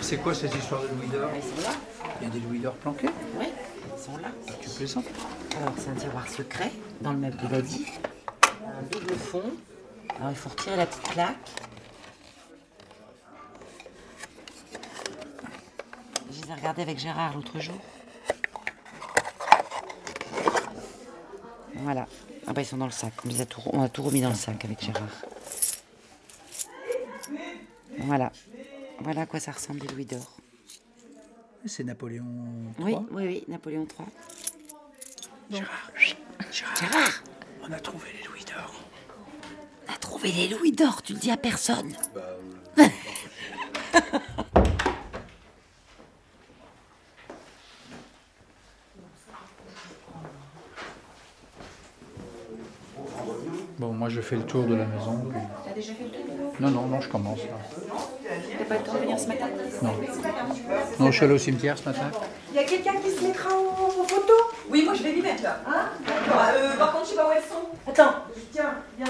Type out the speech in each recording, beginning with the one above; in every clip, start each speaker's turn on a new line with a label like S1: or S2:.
S1: C'est quoi ces histoires de louis d'or
S2: Ils sont là.
S1: Il y a des louis d'or planqués
S2: Oui, ils sont là.
S1: Ah, Tu plaisantes
S2: Alors, c'est un tiroir secret dans le meuble de Daddy. Un double fond. Alors, il faut retirer la petite plaque. Je les ai regardés avec Gérard l'autre jour. Voilà. Ah bah ils sont dans le sac. On, les a tout, on a tout remis dans le sac avec Gérard. Voilà. Voilà à quoi ça ressemble les louis d'or.
S1: C'est Napoléon III.
S2: Oui, oui, oui, Napoléon III.
S1: Gérard, Gérard,
S2: Gérard
S1: on a trouvé les louis d'or.
S2: On a trouvé les louis d'or, tu le dis à personne.
S1: Bon, moi je fais le tour de la maison. puis-
S2: T'as déjà fait le tour
S1: Non, non, non, je commence. là.
S2: T'as pas le temps de venir ce matin
S1: Non. Non, je suis allé au cimetière ce matin.
S3: Il y a quelqu'un qui se mettra en, en photo Oui, moi je vais m'y mettre là. Hein D'accord. Euh, par contre, je sais pas où elles sont. Attends. Tiens, viens.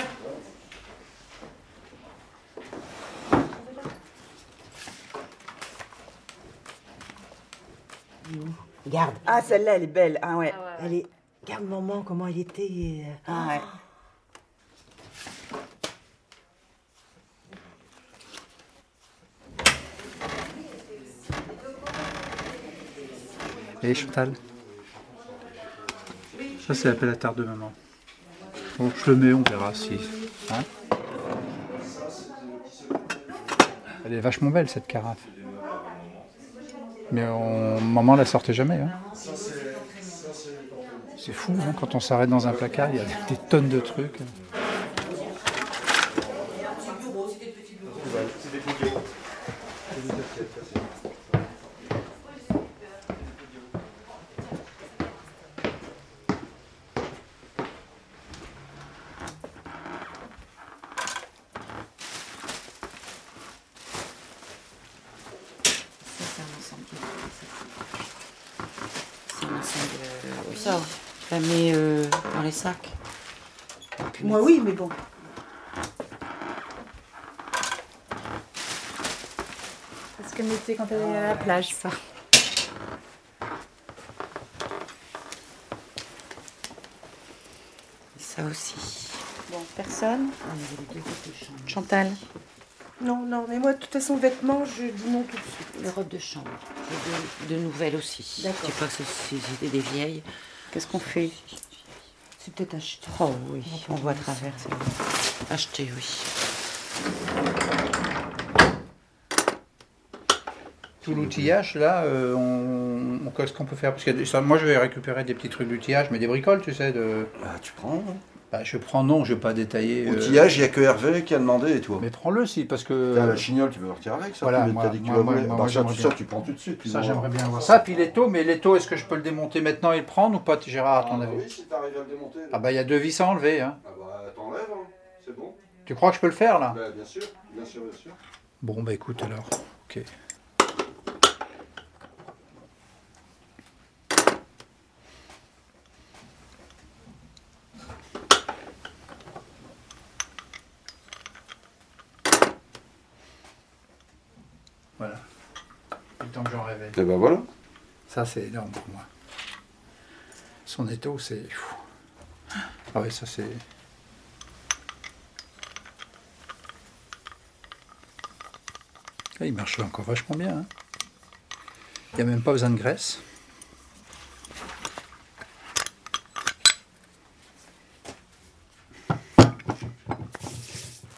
S4: Garde.
S3: Ah, celle-là, elle est belle. Ah ouais.
S4: Elle est... Garde maman, comment il était. euh,
S3: Ah ouais.
S1: Et Chantal Ça, c'est l'appel à tard de maman. Bon, je le mets, on verra si. hein. Elle est vachement belle cette carafe. Mais on... maman la sortait jamais. hein. C'est fou, hein, quand on s'arrête dans un placard, il y a des tonnes de trucs.
S2: Ça, c'est un ensemble de. C'est un ensemble de. Ah oui, ça, tu la mets euh, dans les sacs.
S4: Moi oui, mais bon.
S5: Parce que mettait quand elle est à la plage, ça.
S2: Ça aussi.
S5: Bon, personne.
S2: On avait Ah, les deux robes de chambre.
S5: Chantal.
S4: Non, non, mais moi, de toute façon, vêtements, je dis non tout de suite.
S2: Les robes de chambre. Et de, de nouvelles aussi.
S4: D'accord.
S2: Je sais pas que c'est- c'est- c'était des vieilles.
S5: Qu'est-ce qu'on fait
S2: C'est peut-être acheté. Oh oui, on voit à travers. Acheté, oui.
S1: Tout l'outillage, là, euh, on, on- qu'est-ce qu'on peut faire Parce que ça, moi, je vais récupérer des petits trucs d'outillage, mais des bricoles, tu sais. De...
S6: Ah, tu prends. hein.
S1: Bah, je prends non, je vais pas détailler. euh,
S6: Outillage, il n'y a que Hervé qui a demandé et toi.
S1: Mais prends-le si, parce que.
S6: T'as la chignole, tu veux partir avec ça
S1: Voilà,
S6: tu
S1: moi-
S6: t'as dit que tu
S1: moi-
S6: vas
S1: moi-
S6: voler.
S1: moi-
S6: Bah,
S1: moi,
S6: ça,
S1: j'aimerais
S6: ça,
S1: bien.
S6: tu prends tout de suite.
S1: Ça,
S6: tu
S1: j'aimerais
S6: vois.
S1: bien voir ça. Puis l'étau, mais l'étau, est-ce que je peux le démonter maintenant et le prendre ou pas, Gérard, à ton
S6: Ah,
S1: avis
S6: oui, si t'arrives à le démonter.
S1: Ah bah, il y a deux vis à enlever. Hein.
S6: Ah bah, t'enlèves, hein. c'est bon.
S1: Tu crois que je peux le faire, là
S6: Bah, bien sûr, bien sûr, bien sûr.
S1: Bon, bah écoute, alors. Ok. Voilà. Le temps que j'en réveille.
S6: Et bah voilà.
S1: Ça, c'est énorme pour moi. Son étau, c'est. pfff. Ah oui, ça, c'est. Ah, il marche encore vachement bien. hein. Il n'y a même pas besoin de graisse.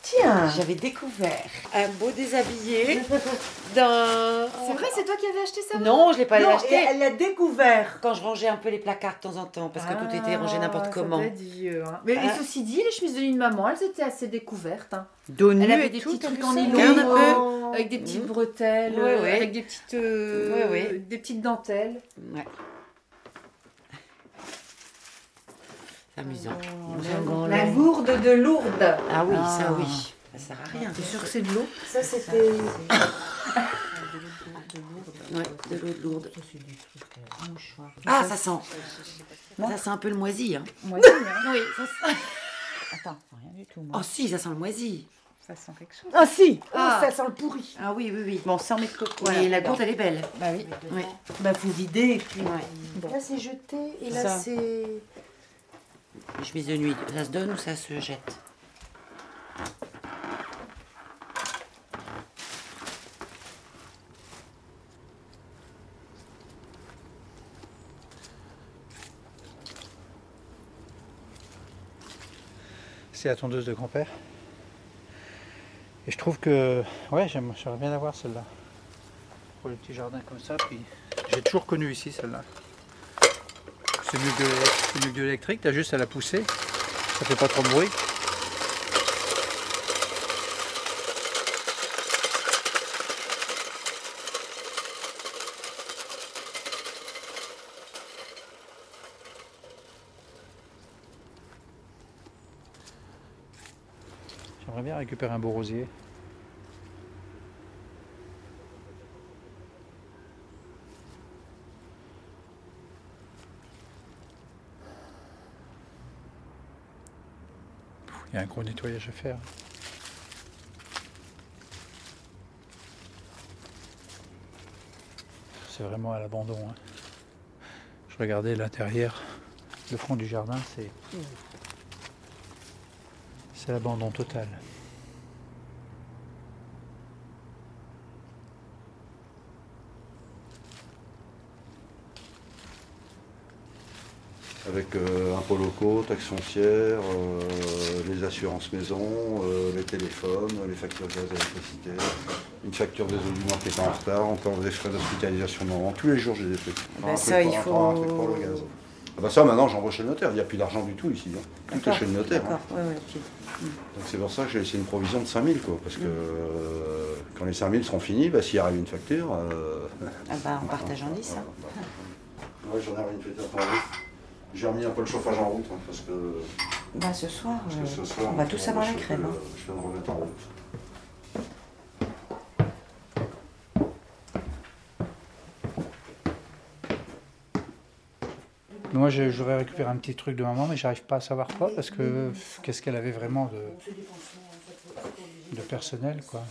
S4: Tiens
S2: Ah. J'avais découvert un beau déshabillé dans.
S5: C'est vrai, c'est toi qui avais acheté ça
S2: Non, je l'ai pas
S4: Non, et
S2: acheté.
S4: elle l'a découvert. Ah,
S2: Quand je rangeais un peu les placards de temps en temps, parce que tout était rangé n'importe comment.
S4: hein.
S5: Mais
S2: Ah.
S5: et ceci dit, les chemises de nuit de maman, elles étaient assez découvertes. hein.
S2: Dos nu
S5: Elle avait
S2: et
S5: des
S2: tout,
S5: petits
S2: t'as
S5: trucs
S2: vu
S5: en
S2: ça
S5: nylon,
S2: Regarde un peu.
S5: euh, avec des petites
S2: Mhm.
S5: bretelles,
S2: Ouais,
S5: euh,
S2: ouais.
S5: avec des petites, euh,
S2: Ouais, ouais.
S5: des petites dentelles.
S2: Ouais. C'est amusant.
S4: La gourde de Lourdes.
S2: Oh, Ah oui, ça oui. Ça sert à rien.
S4: T'es sûr que c'est de l'eau Ça, c'était...
S2: Ouais, de l'eau de lourde. Ah, ça sent. Ça sent un peu le moisi. Hein.
S5: Moi, c'est bien.
S2: Oui, ça sent. Attends, rien du tout. Oh si, ça sent le moisi.
S5: Ça sent quelque chose.
S4: Ah si Oh,
S2: Ah.
S4: ça sent le pourri.
S2: Ah oui, oui, oui. Bon, c'est en met de coco.
S7: Et la gourde, elle est belle.
S5: Bah oui.
S2: Oui.
S4: Bah faut vider et puis.
S2: Ouais.
S4: Là c'est jeté et
S7: C'est ça.
S4: là c'est.
S7: Chemise de nuit, ça se donne ou ça se jette
S1: C'est la tondeuse de grand-père. Et je trouve que, ouais, j'aime- j'aimerais bien avoir celle-là. Pour le petit jardin comme ça, puis j'ai toujours connu ici celle-là. C'est mieux que, c'est mieux que de l'électrique, t'as juste à la pousser, ça fait pas trop de bruit. J'aimerais bien récupérer un beau rosier. Pff, Il y a un gros nettoyage à faire. C'est vraiment à l'abandon. hein. Je regardais l'intérieur, le fond du jardin, c'est c'est l'abandon total.
S6: Avec euh, impôts locaux, taxes foncières, euh, les assurances maison, euh, les téléphones, les factures de gaz et d'électricité, une facture des aliments qui est en retard, encore des frais d'hospitalisation normalement. Tous les jours, j'ai des trucs.
S2: Ben
S6: Un truc
S2: ça,
S6: pour
S2: il
S6: l'enfant, un truc
S2: faut-
S6: pour le gaz. Ah ben ça, maintenant, j'envoie chez le notaire. Il n'y a plus d'argent du tout ici. hein. Tout est
S2: D'accord.
S6: chez le notaire. hein.
S2: D'accord, ouais, ouais, ok.
S6: Donc c'est pour ça que j'ai laissé une provision de 5000, quoi. Parce
S2: Mm.
S6: que euh, quand les 5000 seront finis, bah, s'il arrive une facture. euh,
S2: Ah bah, on partage hein. en 10. Hein.
S6: Ouais, j'en ai rien fait à parler. J'ai remis un peu le chauffage en route, hein, parce que.
S2: Bah, ce soir,
S6: parce que
S2: euh,
S6: ce soir,
S2: on va tous avoir la crème.
S6: Je,
S2: hein.
S6: je viens de euh, remettre en route.
S1: Moi, je, je voudrais récupérer un petit truc de maman, mais j'arrive pas à savoir quoi, parce que pff, qu'est-ce qu'elle avait vraiment de, de personnel, quoi.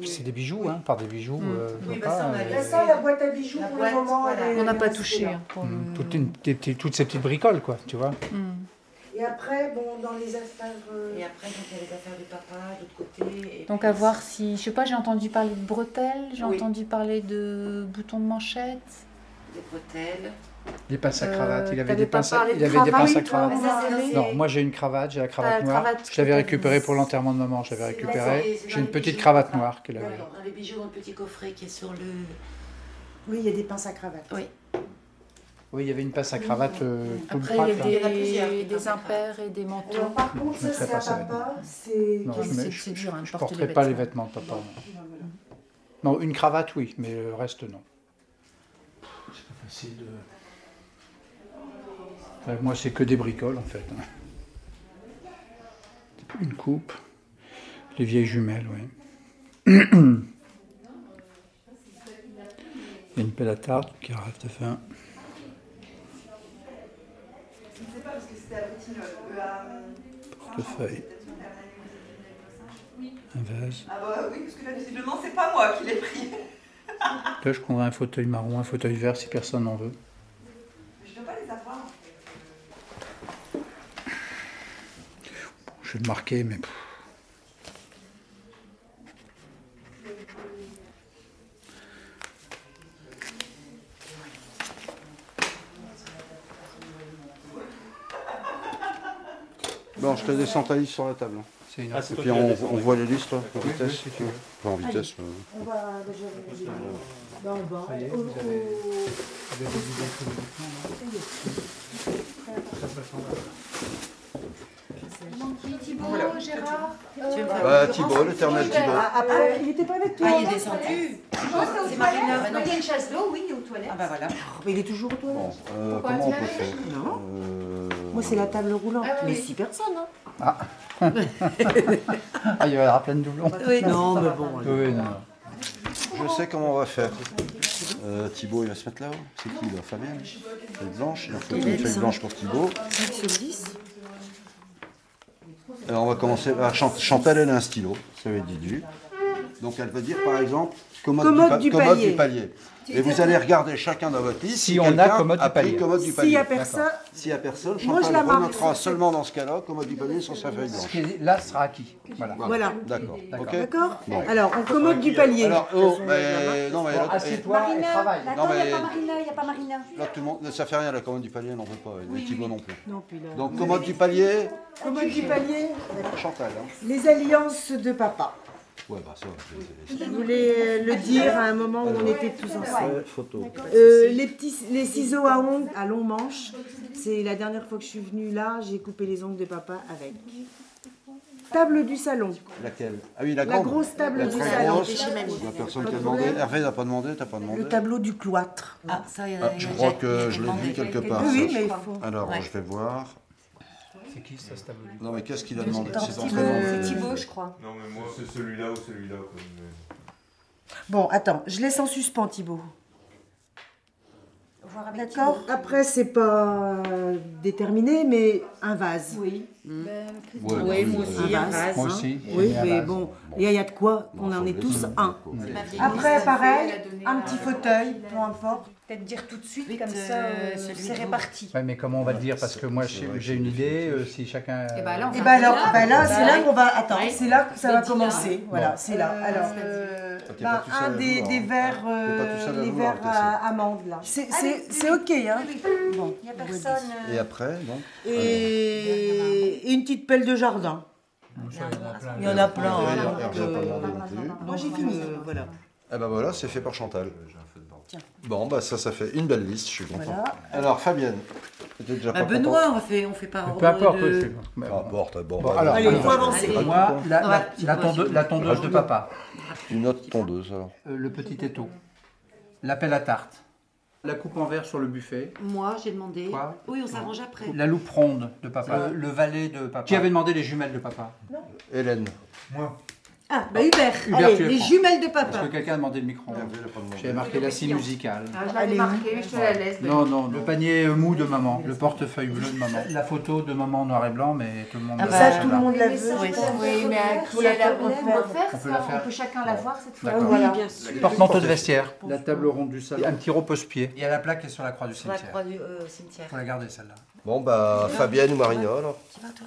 S1: Puis C'est des bijoux, hein, par des bijoux, euh, je
S5: bah,
S1: vois pas, euh,
S4: Là bah, ça la boîte à bijoux
S2: La
S4: pour
S2: boîte,
S4: le moment. elle
S2: voilà.
S4: est-
S5: On n'a pas
S4: elle est
S5: touché.
S4: là.
S5: hein, pour
S1: hum,
S5: le-
S1: toutes, une- des petits- toutes ces petites bricoles, quoi, tu vois.
S5: Hum.
S4: Et après, bon, dans les affaires. euh,
S2: Et après, donc, il y a les affaires de papa, de l'autre côté. et
S5: Donc
S2: puis-
S5: à voir si, je sais pas, j'ai entendu parler de bretelles, j'ai
S2: Oui.
S5: entendu parler de boutons de manchette.
S2: Des bretelles.
S1: Des pinces à cravate, il
S5: Euh,
S1: avait
S5: t'avais
S1: des
S5: pas
S1: pinces à,
S5: parlé de
S1: il avait des
S5: cravate,
S1: pinces à
S5: oui, toi,
S1: cravate.
S5: on
S2: Mais ça,
S5: en a
S2: c'est
S5: parlé.
S2: dans-
S1: Non, moi j'ai une cravate, j'ai la
S5: T'as
S1: cravate
S5: la
S1: noire.
S5: cravate
S1: Je l'avais
S5: que
S1: récupérée
S5: t'avais-
S1: pour l'enterrement de maman, j'avais
S2: C'est-
S1: récupéré.
S2: c'est dans
S1: J'ai une
S2: les
S1: petite
S2: bijoux.
S5: Ah.
S1: cravate noire qu'elle avait.
S2: Ouais, dans les bijoux dans le petit coffret qui est sur le.
S4: Oui, il y a des pinces à cravate.
S2: Oui.
S1: Oui, il y avait une pince à cravate euh, tout
S5: Après,
S1: droite,
S5: il
S1: là.
S5: y
S2: Il y en a
S5: a
S2: plusieurs qui
S5: des, des
S2: portent la cravate.
S5: impairs et des manteaux.
S4: Alors par
S1: je
S4: contre, ça
S1: mettrai
S4: c'est
S1: pas
S4: à
S1: ça,
S4: papa, c'est.
S1: Non, je
S5: C'est-
S1: mets-
S5: c'est
S1: je
S5: dur, hein, de
S1: je
S5: porter
S1: porterai
S5: les
S1: pas les
S5: vêtements.
S1: vêtements de papa. Non, une cravate, oui, mais le reste, non. C'est pas facile de. Ouais, moi, c'est que des bricoles, en fait. hein. Une coupe. Les vieilles jumelles, oui. Il y a une pelle à tarte qui arrive de fin. Portefeuille. Un vase.
S8: Ah bah oui, parce que là, visiblement, c'est pas moi qui l'ai pris.
S1: Là, je prendrai un fauteuil marron, un fauteuil vert si personne n'en veut.
S8: Je dois pas les avoir.
S1: Je vais le marquer, mais. pff.
S6: Bon, je te descends ta liste sur la table. hein.
S1: Ah, C'est une
S6: Et puis on, on voit les listes, là, en
S1: oui,
S6: vitesse.
S1: si tu veux.
S6: Enfin, en vitesse. euh,
S4: On va. bah, j'avais- j'ai-
S2: euh,
S4: Là, on va.
S1: Ça y est,
S2: Oh,
S4: au-
S1: vous avez-
S4: au-
S1: Vous avez des idées sur le document, non Ça se passe en bas.
S5: Thibaut, Gérard, euh,
S2: Tu veux me faire
S6: Bah,
S2: une
S6: Thibaut,
S2: référence
S6: l'éternel
S2: Thibaut.
S6: Thibaut.
S4: Ah, Après, il n'était pas avec toi.
S2: Ah, il est descendu. C'est Marina.
S8: Ah, il y a une chasse d'eau, oui, il est aux toilettes.
S2: Ah bah voilà.
S4: Oh, mais il est toujours au toit.
S6: Bon, euh,
S5: Pourquoi
S6: comment on
S5: tu
S6: peut
S5: l'as
S6: faire
S4: Non.
S6: Euh,
S4: Moi, c'est la table roulante.
S5: Ah oui.
S4: Mais six personnes, hein.
S1: Ah, il y aura plein de doublons.
S2: Oui.
S4: Non, mais bon.
S1: Oui, oui, non. non.
S6: Je sais comment on va faire. Euh, Thibaut, il va se mettre là-haut. C'est qui là Fabien Feuille blanche. Il faut une feuille blanche pour Thibaut.
S2: 5 sur 10.
S6: Alors Euh, on va commencer par Chant- Chantal, elle a un stylo, ça va être Didu. Donc elle va dire par exemple commode,
S4: Commode
S6: pa-
S4: du
S6: commode
S4: palier.
S6: Et vous allez regarder chacun dans votre liste
S1: Si on a
S6: quelqu'un
S1: commode du
S6: pris
S1: palier.
S6: commode du
S4: S'il n'y
S6: palier.
S4: a personne,
S6: S'il n'y a personne,
S4: Moi, je
S6: Chantal
S4: la marque.
S6: renotera seulement dans ce cas-là commode du palier sur sa feuille
S1: Ce
S6: blanche.
S1: qui est- Là, ce sera acquis. Voilà.
S4: voilà.
S6: D'accord. Ok.
S4: D'accord
S6: Bon.
S4: Alors, on commode du palier.
S6: Alors, oh, mais, non, mais
S1: Bon,
S6: l'autre- eh,
S1: Assieds-toi et travaille.
S4: Ah,
S6: Non, mais-
S2: Marina, il n'y a pas Marina.
S6: Là, tout le monde, ça fait rien, la commande du palier, on n'en veut pas, les petits non plus.
S4: Non, puis
S2: Ah,
S4: là.
S6: Donc, commode du palier,
S4: Commode du palier,
S6: Chantal. Hein.
S4: les alliances de papa.
S6: Ouais, bah ça, c'est-
S4: Je voulais euh, le dire à un moment où on était tous ensemble.
S6: c'est photo.
S4: Euh, les, petits, les ciseaux à ongles à long manche, c'est la dernière fois que je suis venue là, j'ai coupé les ongles de papa avec. Table du salon.
S6: Laquelle Ah oui, la
S4: La
S6: grande.
S4: grosse table
S6: La
S4: du
S6: très
S4: salon.
S6: grosse. La personne qui a demandé. Hervé n'a pas demandé, t'as pas demandé
S4: Le tableau du cloître.
S2: Ah, ça, il y a.
S6: Ah, Je crois que je l'ai vu quelque part.
S4: Oui, oui,
S6: ça.
S4: mais il faut.
S6: Alors, je vais voir.
S1: C'est qui ça, ce tableau
S6: Non, mais qu'est-ce qu'il a demandé C'est
S4: Thibaut,
S6: entraîneur.
S4: c'est
S2: Thibaut, je crois.
S9: Non, mais moi, c'est celui-là ou celui-là. quoi. Mais-
S4: Bon, attends, je laisse en suspens Thibaut. D'accord Après, c'est pas euh, déterminé, mais un vase.
S8: Oui.
S6: Ouais, bah
S7: Oui, moi
S6: euh,
S7: aussi, un vase.
S1: Moi
S7: hein.
S1: aussi.
S4: Oui,
S1: Et à
S4: mais
S1: base.
S4: bon, il y, a- il y a de quoi,
S6: bon,
S4: on
S6: faut
S4: en est
S6: le
S4: tous
S6: laisser.
S4: un.
S2: Ma vieille
S4: Après,
S2: nièce,
S4: pareil,
S2: elle a donné
S4: un petit fauteuil, peu importe.
S8: Peut-être dire tout de suite,
S2: Oui,
S8: comme
S2: de-
S8: ça, euh,
S2: celui
S8: c'est
S2: de-
S8: réparti.
S1: Ouais, mais comment on va le dire Parce que moi,
S6: C'est vrai
S1: j'ai
S6: que
S1: j'ai
S6: c'est
S1: une idée.
S6: définitif.
S1: euh, si chacun.
S2: Et bah alors,
S4: Et ben
S2: Bah
S4: là, ben là,
S2: bah
S4: c'est là
S2: oui.
S4: qu'on va. Attends,
S2: Ouais.
S4: c'est là que ça
S2: Je
S4: va
S2: dis là.
S4: commencer. Voilà, c'est là.
S2: Euh,
S4: Alors,
S2: c'est-à-dire
S4: euh,
S6: T'es
S4: ben,
S6: pas tout seul
S4: un
S6: à
S4: des,
S6: vouloir,
S4: des
S6: hein.
S4: verres,
S6: T'es pas
S4: euh,
S6: tout seul à
S4: les
S6: vouloir,
S4: verres
S6: t'es seul.
S4: à amandes là. C'est c'est- c'est ok, hein. Bon.
S8: Il n'y a personne.
S6: Et après, donc
S4: Et, et une petite pelle de jardin. Il y en a plein.
S6: Hervé
S4: hein,
S6: Hervé n'a
S4: donc,
S6: pas
S4: euh,
S6: demandé non plus.
S4: Moi j'ai fini. euh, Voilà.
S6: Eh ben voilà, c'est fait par Chantal. Bon, bah ça, ça fait une belle liste, je suis content.
S4: Voilà.
S6: Alors, Fabienne, t'es déjà
S2: Bah
S6: pas
S2: Benoît, on fait, on fait pas.
S1: Peu importe.
S2: de-
S1: c'est- mais
S6: Peu
S1: Ah, bon.
S6: importe, bon,
S1: Bon,
S6: bah,
S1: alors,
S4: Allez,
S1: alors,
S4: faut avancer.
S2: Allez.
S1: Moi, la, la-
S2: Ouais,
S1: la
S2: c'est
S1: tondeuse,
S2: possible.
S1: la tondeuse de papa,
S6: Une autre tondeuse, alors.
S1: euh, le petit étau, l'appel à tarte, la coupe en verre sur le buffet,
S2: Moi, j'ai demandé.
S1: Quoi
S2: oui, on s'arrange après.
S1: la loupe ronde de papa, le, le valet de papa. Qui avait demandé les jumelles de papa
S6: Hélène.
S4: Ah, bah Hubert.
S1: Hubert,
S4: Allez,
S1: tu es
S4: les
S1: franc.
S4: jumelles de
S1: Est-ce que
S4: papa.
S1: quelqu'un a demandé le micro J'ai marqué la scie musicale.
S5: Ah, je l'avais marqué, mais je te la laisse.
S1: Non, non, le panier euh, mou de maman, le portefeuille bleu de maman, la photo de maman en noir et blanc, mais tout le monde
S2: Ah
S1: l'a,
S2: bah,
S4: Ça, tout le
S1: celle-là.
S4: monde l'a
S2: Oui,
S4: vu.
S2: mais
S4: je
S2: ça,
S4: pense.
S5: Oui, mais euh, à qui elle a- on peut refaire
S1: On peut la
S5: ça
S1: faire.
S5: On peut chacun la voir cette fois.
S1: D'accord.
S4: Voilà.
S1: Porte-manteau de vestiaire, la table ronde du salon, un petit repose-pied. Il y a la plaque qui est sur la croix du
S2: Sur la
S1: cimetière.
S2: croix du euh, cimetière.
S1: Faut la garder celle-là.
S6: Bon, bah, Fabienne ou Marina, alors.
S2: Tu vas toi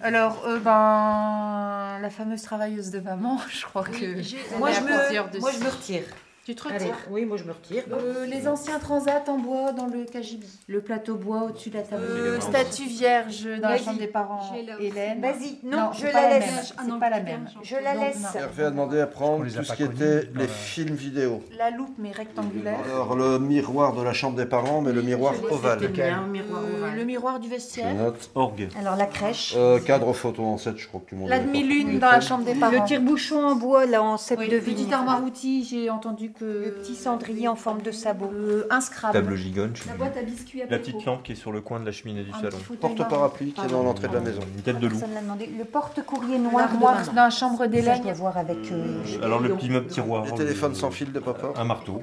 S5: Alors, euh, ben, la fameuse travailleuse de maman, je crois que. on
S2: Moi,
S5: est
S2: je
S5: à partir
S2: me,
S5: de
S2: moi, je
S5: six.
S2: me retire.
S5: Tu te
S2: Allez,
S5: retires.
S2: oui, moi, je me retire.
S5: Euh, les anciens transats en bois dans le cagibi. Le plateau bois au-dessus de la table.
S9: Euh,
S5: statue vierge dans la
S8: Vas-y.
S5: chambre des parents.
S8: J'ai là aussi.
S5: Hélène.
S8: Vas-y, non, je
S5: c'est
S8: la
S5: pas
S8: laisse.
S5: même.
S8: Ah
S5: C'est
S8: non,
S5: pas la
S8: putain,
S5: même.
S8: Je la
S5: Donc,
S8: laisse.
S5: non.
S6: Hervé a demandé à prendre
S1: Parce qu'on les a
S6: tout ce
S1: pas
S6: qui
S1: connus,
S6: était
S1: dans
S6: les
S1: la-
S6: films vidéo.
S5: La loupe, mais rectangulaire.
S6: Alors, le miroir de la chambre des parents, mais le miroir ovale.
S2: Bien, un miroir
S5: Euh,
S2: oral.
S5: le miroir du
S6: Je
S5: vestiaire.
S6: note orgue.
S8: Alors la crèche.
S6: Euh, cadre photo en 7, je crois que tout le monde
S5: La
S6: est d'accord.
S5: demi-lune dans la chambre des parents.
S8: Le tire-bouchon en bois, là, en cèpe
S5: Oui,
S8: de
S5: le
S8: vigne.
S5: petit armoire outil, j'ai entendu que.
S8: Le petit cendrier en forme de sabot.
S5: Euh, un scrap.
S9: Table gigone, je
S5: La
S9: suis-
S5: boîte à biscuits à
S9: Ah, La
S5: propos.
S9: petite lampe qui est sur le coin de la cheminée du
S5: Un
S9: salon.
S5: petit fauteuil marron.
S6: Porte-parapluie qui est dans l'entrée de la maison. Ah,
S9: Une tête de loup.
S8: Personne l'a demandé. Le porte-courrier
S5: Un
S8: noir, moi.
S5: noir dans la chambre
S8: Ça, je dois
S5: d'Hélène.
S8: voir avec. euh, je-
S9: Alors, le petit meuble tiroir.
S6: Les
S9: le-
S6: téléphones sans fil de papa.
S9: Un marteau.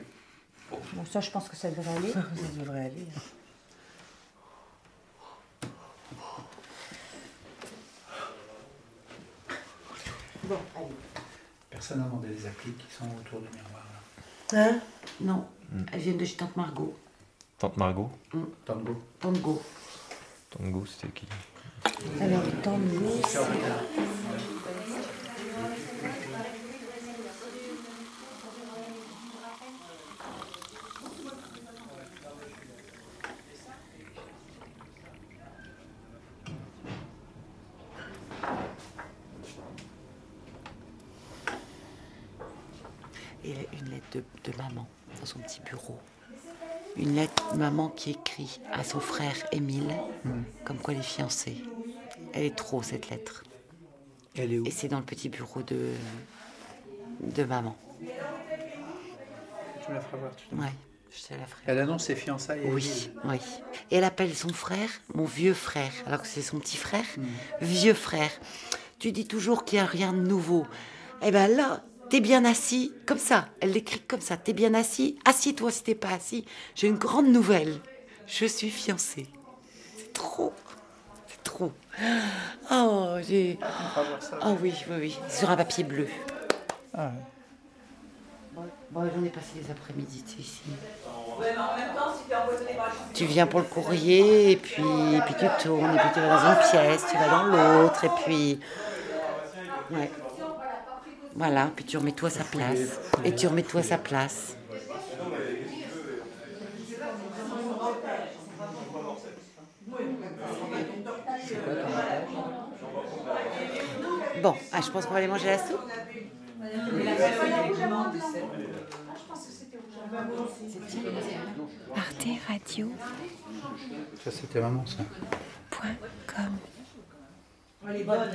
S8: Bon, ça, je pense que ça devrait aller.
S7: Ça devrait aller.
S1: Personne n'a demandé les applis qui sont autour du miroir.
S7: Hein
S2: Non, elles viennent de chez Tante Margot.
S9: Tante Margot.
S1: Tango.
S2: Tante Go.
S9: Tango, c'était qui
S7: Alors, tant mieux.
S2: Et une lettre de, de maman dans son petit bureau. Une lettre de maman qui écrit à son frère Émile, comme quoi elle est fiancée. Elle est trop, cette lettre.
S1: Elle est où
S2: Et c'est dans le petit bureau de, de maman.
S1: Tu me la feras voir tout à l'heure.
S2: Ouais, je te la ferai.
S1: Elle annonce ses fiançailles. à
S2: Oui,
S1: Émile.
S2: oui. Et elle appelle son frère mon vieux frère, alors que c'est son petit frère.
S1: Mm.
S2: Vieux frère. Tu dis toujours qu'il n'y a rien de nouveau. Eh ben là, t'es bien assis, comme ça. Elle l'écrit comme ça. T'es bien assis, assis-toi si t'es pas assis. J'ai une grande nouvelle. Je suis fiancée. C'est trop. C'est trop. trou. Oh, j'ai.
S1: On va voir ça.
S2: Oh oui, oui, oui. Sur un papier bleu.
S1: Ah, ouais.
S2: Bon, j'en ai passé les après-midi, tu sais, ici.
S8: Ouais, mais en même temps, si tu es empoisonné par le chou-
S2: Tu viens pour le courrier, et puis, et puis tu tournes, et puis tu vas dans une pièce, tu vas dans l'autre, et puis. Ouais. Voilà, puis tu remets tout à sa place. Et tu remets tout à sa place. Bon, ah, je pense qu'on va aller manger la soupe.
S1: Ça, c'était maman, ça.
S4: Elle est bonne.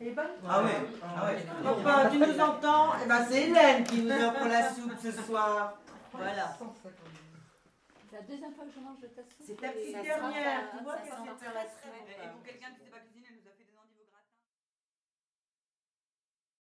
S4: Elle est bonne Ah ouais. Ah ouais. Papa, tu nous entends Eh ben, c'est Hélène qui nous offre la soupe ce soir. Voilà.
S10: C'est la deuxième fois que je mange de ta soupe.
S4: C'est ta petite dernière. Tu vois qu'est-ce que c'est la soupe
S8: Et vous, quelqu'un qui sait pas cuisiner